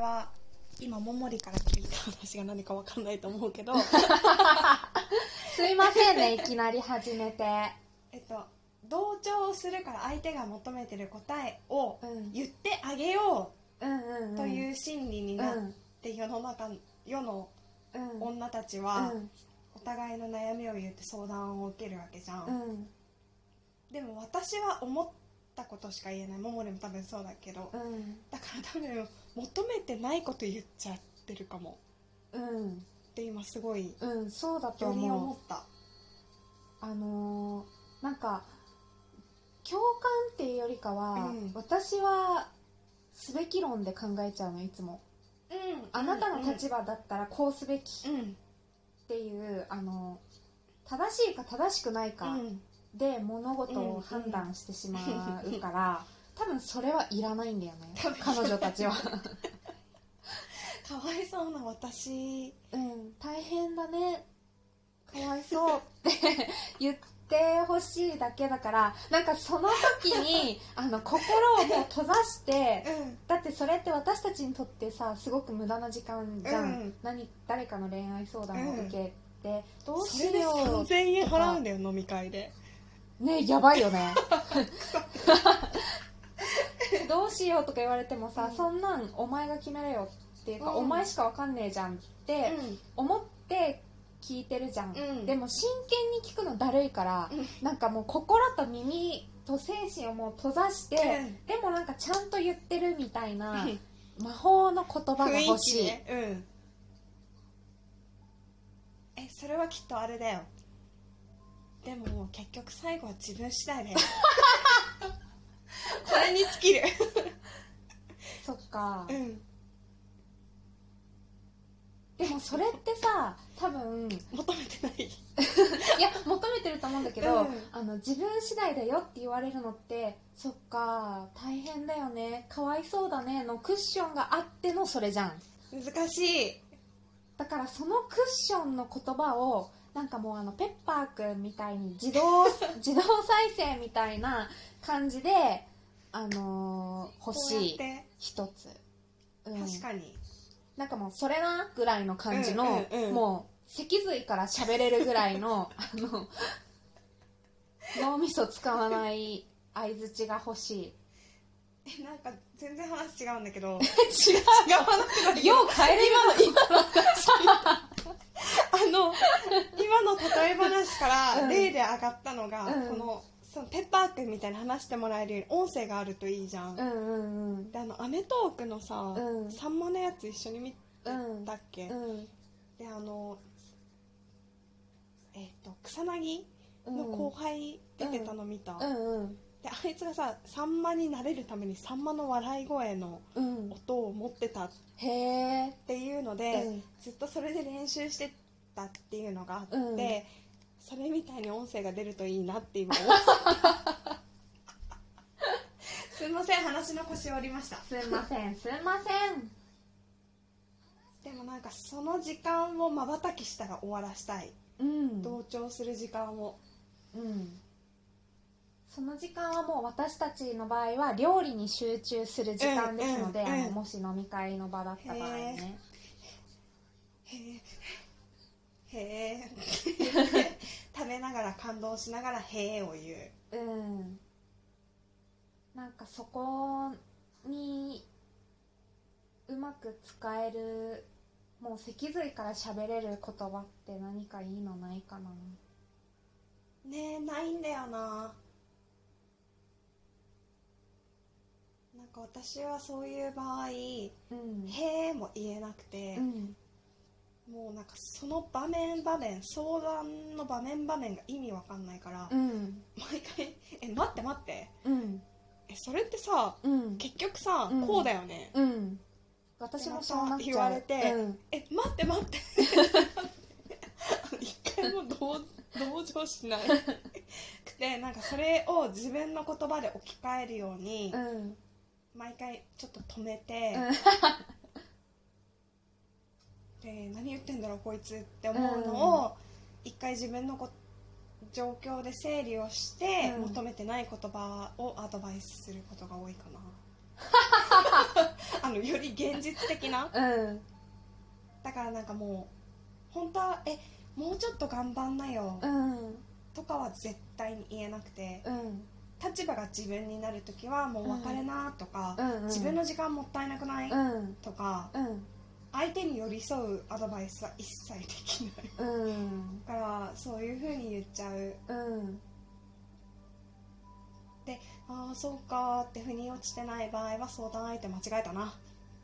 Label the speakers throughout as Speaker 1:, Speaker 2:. Speaker 1: は今ももりから聞いた話が何かわかんないと思うけ ど
Speaker 2: すいませんねいきなり始めて
Speaker 1: えっと同調するから相手が求めてる答えを
Speaker 2: うん
Speaker 1: 言ってあげよ
Speaker 2: うんうん、う、、
Speaker 1: うんというう心理になって世の中世の
Speaker 2: うん、
Speaker 1: 女たちはお互いの悩みを言って相談を受けるわけじゃ、
Speaker 2: うんん
Speaker 1: でも私は思ったことしか言えないももりも多分そうだけど
Speaker 2: うん
Speaker 1: だから多分求めてないこと言っちゃってるかも
Speaker 2: うん
Speaker 1: って今すごい
Speaker 2: うん、うん、そうだと
Speaker 1: より
Speaker 2: 思う
Speaker 1: 思った
Speaker 2: あのーなんか共感っていうよりかは、
Speaker 1: うん
Speaker 2: 私はすべき論で考えちゃうのいつも
Speaker 1: うん
Speaker 2: あなたの立場だったらこうすべきっ
Speaker 1: うん
Speaker 2: ていう、あの正しいか正しくないか
Speaker 1: うん
Speaker 2: で物事を判断してしまう から、多分それはいらないんだよね
Speaker 1: 多分
Speaker 2: 彼女たちは、
Speaker 1: かわいそうな私
Speaker 2: うん、大変だねかわいそうって 言ってほしいだけだからなんかその時 にあの心をもう閉ざして
Speaker 1: うん
Speaker 2: だってそれって私たちにとってさすごく無駄な時間じゃん、
Speaker 1: うん
Speaker 2: 何誰かの恋愛相談を受けて、どう
Speaker 1: そ
Speaker 2: し
Speaker 1: れで
Speaker 2: よ
Speaker 1: 3000円払うんだよ飲み会で
Speaker 2: うねやばいよね どうしようとか言われてもさ、
Speaker 1: うん
Speaker 2: そんなんお前が決めれよっていうか、
Speaker 1: うん
Speaker 2: お前しかわかんねえじゃんって思って聞いてるじゃん、
Speaker 1: うん
Speaker 2: でも真剣に聞くのだるいから、
Speaker 1: うん
Speaker 2: なんかもう心と耳と精神をもう閉ざして、
Speaker 1: うん
Speaker 2: でもなんかちゃんと言ってるみたいな魔法の言葉が欲しい、
Speaker 1: ねうんえそれはきっとあれだよでも結局最後は自分次第 だよこれに尽きる
Speaker 2: そっか、
Speaker 1: うん
Speaker 2: でもそれってさ多分い
Speaker 1: 求めてない
Speaker 2: や求めてると思うんだけ
Speaker 1: う
Speaker 2: ど、
Speaker 1: ん
Speaker 2: あの自分次第だよって言われるのってそっか大変だよねかわいそうだねのクッションがあってのそれじゃん
Speaker 1: 難しい
Speaker 2: だからそのクッションの言葉をなんかもうあのペッパーくんみたいに自動自動再生みたいな感じで、あのー欲しい
Speaker 1: こうやって
Speaker 2: 一つ、うん、
Speaker 1: 確かに
Speaker 2: なんかもうそれなぐらいの感じの、
Speaker 1: うんうんうん
Speaker 2: もう脊髄から喋れるぐらいのあの脳みそ使わない相づちが欲しい
Speaker 1: えなんか全然話違うんだけ ど
Speaker 2: 違
Speaker 1: 違う話だけ
Speaker 2: う
Speaker 1: ど
Speaker 2: よう変えれ今の
Speaker 1: あの今の例え話か
Speaker 2: う
Speaker 1: ら
Speaker 2: ん
Speaker 1: 例で上がったのが、
Speaker 2: うん
Speaker 1: このそのペッパーくんみたいに話してもらえるように音声があるといいじゃん、
Speaker 2: うんうんうん
Speaker 1: であの『アメトーーク』のさ、
Speaker 2: うん
Speaker 1: さんまのやつ一緒に見
Speaker 2: うん
Speaker 1: たっけ、
Speaker 2: うん
Speaker 1: であのえっ、と草薙
Speaker 2: うん
Speaker 1: の後輩出てたの見た、
Speaker 2: うんうん
Speaker 1: であいつがささんまになれるためにさんまの笑い声の
Speaker 2: うん
Speaker 1: 音を持ってたっ
Speaker 2: へえ
Speaker 1: ていうので、
Speaker 2: うん
Speaker 1: ずっとそれで練習してたっていうのがあって、
Speaker 2: うん
Speaker 1: それみたいに音声が出るといいなって今思った すいません話の腰折りました
Speaker 2: すんませんすんません
Speaker 1: でもなんかその時間をまばたきしたら終わらしたい、
Speaker 2: うん
Speaker 1: 同調する時間を
Speaker 2: うんその時間はもう私たちの場合は料理に集中する時間ですの
Speaker 1: う
Speaker 2: で、
Speaker 1: んうんうん
Speaker 2: あのもし飲み会の場だった場合ね
Speaker 1: へえへえ 食べながら感動しながら「へえ」を言う
Speaker 2: うんなんかそこにうまく使えるもう脊髄から喋れる言葉って何かいいのないかな
Speaker 1: ねえないんだよななんか私はそういう場合「へ
Speaker 2: うん
Speaker 1: え」も言えなくて、
Speaker 2: うん
Speaker 1: もうなんかその場面場面相談の場面場面が意味わかんないから、
Speaker 2: うん
Speaker 1: 毎回「え待って待って
Speaker 2: うん
Speaker 1: えそれってさ
Speaker 2: うん
Speaker 1: 結局さ、
Speaker 2: うん
Speaker 1: こうだよね
Speaker 2: うん私もそうなっちゃう
Speaker 1: 言われて
Speaker 2: うん
Speaker 1: え待って待って一回も同同情しないくてなんかそれを自分の言葉で置き換えるように
Speaker 2: うん
Speaker 1: 毎回ちょっと止めて、で何言ってんだろうこいつって思うのを一回自分のこ状況で整理をして、
Speaker 2: うん
Speaker 1: 求めてない言葉をアドバイスすることが多いかなあのより現実的な
Speaker 2: うん
Speaker 1: だからなんかもう本当はえもうちょっと頑張んなよ
Speaker 2: うん
Speaker 1: とかは絶対に言えなくて
Speaker 2: うん
Speaker 1: 立場が自分になる時はもう別れなとか、
Speaker 2: うんうん
Speaker 1: 自分の時間もったいなくない、
Speaker 2: うん
Speaker 1: とか
Speaker 2: うん
Speaker 1: 相手に寄り添うアドバイスは一切できない
Speaker 2: うん
Speaker 1: だからそういう風に言っちゃう
Speaker 2: うん
Speaker 1: でああそうかって腑に落ちてない場合は相談相手間違えたなっ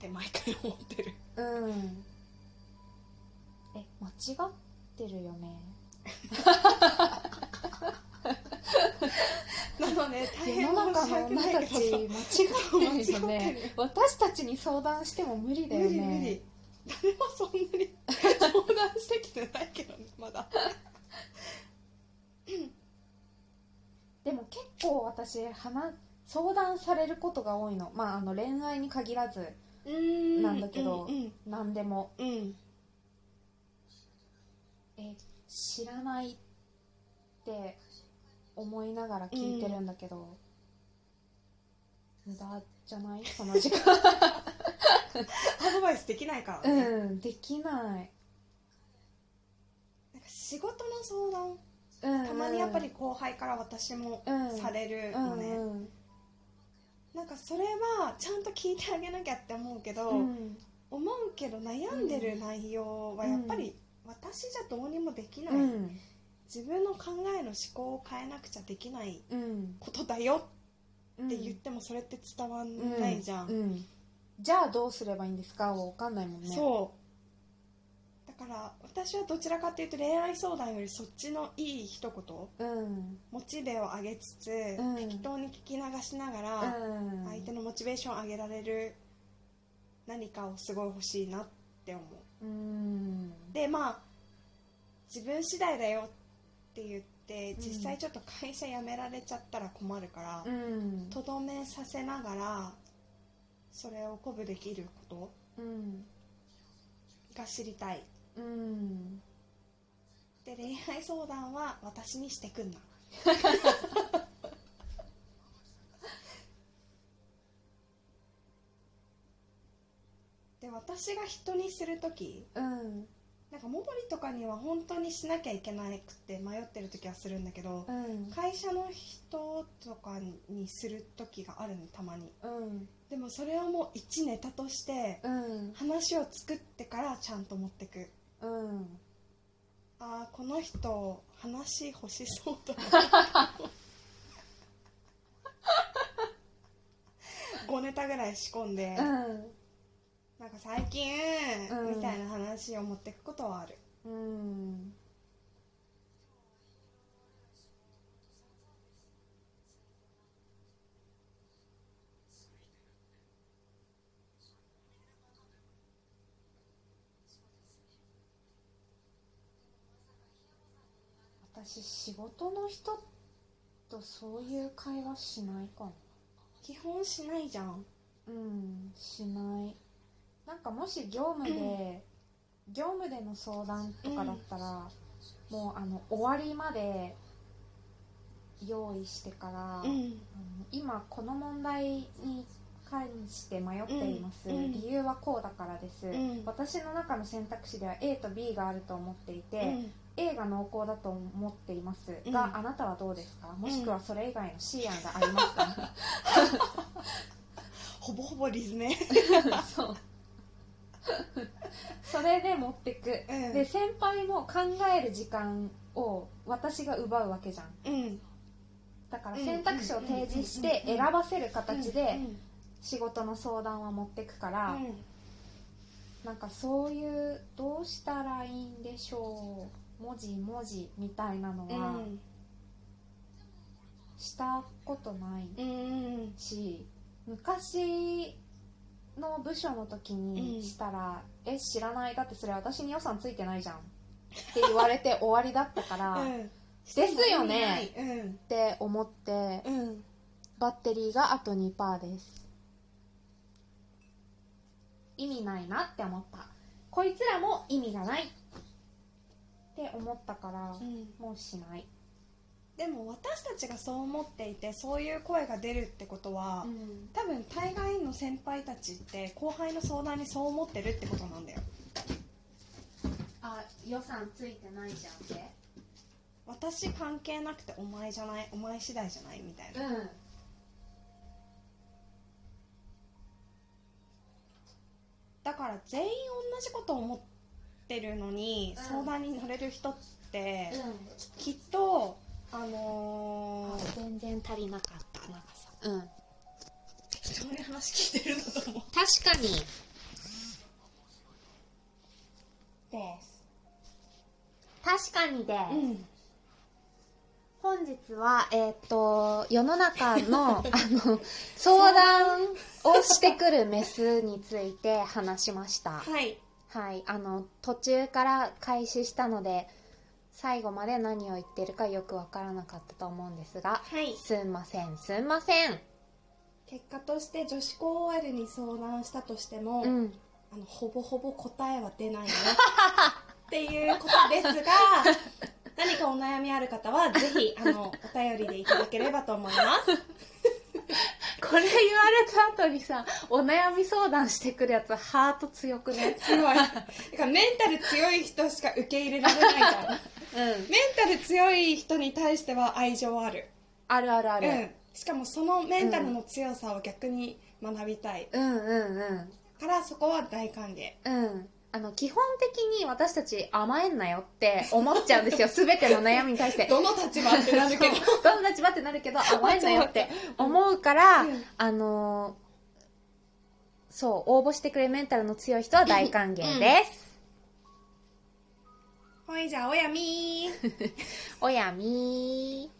Speaker 1: て毎回思ってる
Speaker 2: うんえ間違ってるよね
Speaker 1: なので大
Speaker 2: 世
Speaker 1: 変申
Speaker 2: の中
Speaker 1: し
Speaker 2: の
Speaker 1: 訳
Speaker 2: 女
Speaker 1: な
Speaker 2: た
Speaker 1: い
Speaker 2: ち
Speaker 1: けどさ
Speaker 2: 間違ってるよ
Speaker 1: 間違って
Speaker 2: ね私たちに相談しても無理だよ
Speaker 1: 無
Speaker 2: ね
Speaker 1: 理無理誰もそんなに相談してきてないけどねまだ
Speaker 2: でも結構私話相談されることが多いの,、まあ、あの恋愛に限らず
Speaker 1: うん
Speaker 2: なんだけど
Speaker 1: うん
Speaker 2: 何でも
Speaker 1: うん、うん
Speaker 2: え知らないって思いながら聞いてるんだけど、無駄じゃないその時 間
Speaker 1: アドバイスできないから
Speaker 2: う
Speaker 1: ね、
Speaker 2: んできない、
Speaker 1: なんか仕事の相談
Speaker 2: うん、
Speaker 1: たまにやっぱり後輩から私も
Speaker 2: うん
Speaker 1: される
Speaker 2: うん
Speaker 1: のね、
Speaker 2: うん
Speaker 1: なんかそれはちゃんと聞いてあげなきゃって思うけど、
Speaker 2: うん
Speaker 1: 思うけど悩んでる内容はやっぱり私じゃどうにもできない、
Speaker 2: うん
Speaker 1: 自分の考えの思考を変えなくちゃできない
Speaker 2: うん
Speaker 1: ことだよ
Speaker 2: うん
Speaker 1: って言ってもそれって伝わんないじゃん、
Speaker 2: ううんじゃあどうすればいいんですかは分かんないもんね
Speaker 1: そうだから私はどちらかというと恋愛相談よりそっちのいい一言
Speaker 2: ううん
Speaker 1: モチベを上げつつ、
Speaker 2: うん
Speaker 1: 適当に聞き流しながら、
Speaker 2: うん
Speaker 1: 相手のモチベーションを上げられる何かをすごい欲しいなって思う
Speaker 2: うん
Speaker 1: でまあ自分次第だよって言って
Speaker 2: うん
Speaker 1: 実際ちょっと会社辞められちゃったら困るから
Speaker 2: うん
Speaker 1: とど、めさせながらそれを鼓舞できるこ
Speaker 2: うん
Speaker 1: とが知りたい
Speaker 2: うん
Speaker 1: で恋愛相談は私にしてく んなで私が人にする時
Speaker 2: うん
Speaker 1: なんかももりとかには本当にしなきゃいけなくて迷ってる時はするんだけど
Speaker 2: うん
Speaker 1: 会社の人とかにする時があるのたまに
Speaker 2: うん
Speaker 1: でもそれをもう一ネタとして
Speaker 2: うん
Speaker 1: 話を作ってからちゃんと持ってく
Speaker 2: うん
Speaker 1: あーこの人話欲しそうだな 5ネタぐらい仕込んで、なんか最近、
Speaker 2: うん
Speaker 1: みたいな話を持ってくことはある
Speaker 2: うん私仕事の人とそういう会話しないかな
Speaker 1: 基本しないじゃん
Speaker 2: うんしないなんかもし業務で業務での相談とかだったら、もうあの終わりまで用意してから、
Speaker 1: う
Speaker 2: あの
Speaker 1: ん
Speaker 2: 今この問題に関して迷っています、
Speaker 1: うんうん
Speaker 2: 理由はこうだからです、
Speaker 1: うん
Speaker 2: 私の中の選択肢では A と B があると思っていて、
Speaker 1: うん
Speaker 2: A が濃厚だと思っていますが、
Speaker 1: うん
Speaker 2: あなたはどうですかもしくはそれ以外の C 案がありますか、
Speaker 1: ほぼほぼリズム
Speaker 2: そうそれで持ってく、
Speaker 1: うん
Speaker 2: で先輩も考える時間を私が奪うわけじゃん
Speaker 1: うん
Speaker 2: だから
Speaker 1: うん
Speaker 2: 選択肢を提示して
Speaker 1: うんうん
Speaker 2: 選ばせる形
Speaker 1: う
Speaker 2: で
Speaker 1: ん
Speaker 2: 仕事の相談は持ってくから、
Speaker 1: うん
Speaker 2: なんかそういうどうしたらいいんでしょう文字文字みたいなの
Speaker 1: う
Speaker 2: は
Speaker 1: ん
Speaker 2: したことない
Speaker 1: うん
Speaker 2: し昔の部署の時
Speaker 1: うん
Speaker 2: にしたら「え知らないだってそれ私に予算ついてないじゃん」って言われて終わりだった から、
Speaker 1: う
Speaker 2: っ
Speaker 1: ん
Speaker 2: すよね
Speaker 1: うん
Speaker 2: て思って
Speaker 1: うん
Speaker 2: バッテリーがあと2%です意味ないなって思ったこいつらも意味がないって思ったから、
Speaker 1: うん
Speaker 2: もうしない
Speaker 1: でも私たちがそう思っていてそういう声が出るってことは、
Speaker 2: うん
Speaker 1: 多分大概の先輩たちって後輩の相談にそう思ってるってことなんだよ
Speaker 2: あ予算ついてないじゃんって
Speaker 1: 私関係なくてお前じゃないお前次第じゃないみたいな、
Speaker 2: うん
Speaker 1: だから全員同じこと思ってるのに、
Speaker 2: うん
Speaker 1: 相談に乗れる人って、
Speaker 2: うん
Speaker 1: きっとあのー
Speaker 2: 全然足りなかった長さうん
Speaker 1: 適当に話聞いてるんだと思っ
Speaker 2: 確かに
Speaker 1: です
Speaker 2: 確かにです、
Speaker 1: うん
Speaker 2: 本日はえっ、と世の中 のあの相談をしてくるメスについて話しました
Speaker 1: はい
Speaker 2: はいあの途中から開始したので最後まで何を言ってるかよくわからなかったと思うんですが
Speaker 1: はい
Speaker 2: すんませんすんません
Speaker 1: 結果として女子高 OL に相談したとしても、
Speaker 2: うん
Speaker 1: あのほぼほぼ答えは出 ないよっていうことですが 何かお悩みある方はぜひあのお便りでいただければと思い ます
Speaker 2: これ言われた後にさお悩み相談してくるやつハート強くね
Speaker 1: すごいだからメンタル強い人しか受け入れられないから
Speaker 2: う
Speaker 1: メ
Speaker 2: ん
Speaker 1: ンタル強い人に対しては愛情はある、
Speaker 2: あるあるあ
Speaker 1: う
Speaker 2: る、
Speaker 1: ん、しかもそのメンタルの強さを逆に学びたい
Speaker 2: うんうんうん
Speaker 1: からそこは大歓迎
Speaker 2: うんあの基本的に私たち甘えんなよって思っちゃうんですよ全ての悩みに対して
Speaker 1: どの立場ってなる けど
Speaker 2: どんな立場ってなるけど甘えんなよって思うから、
Speaker 1: うん
Speaker 2: あのーそう応募してくれるメンタルの強い人は大歓迎です、
Speaker 1: ほいじゃあおやみー
Speaker 2: おやみー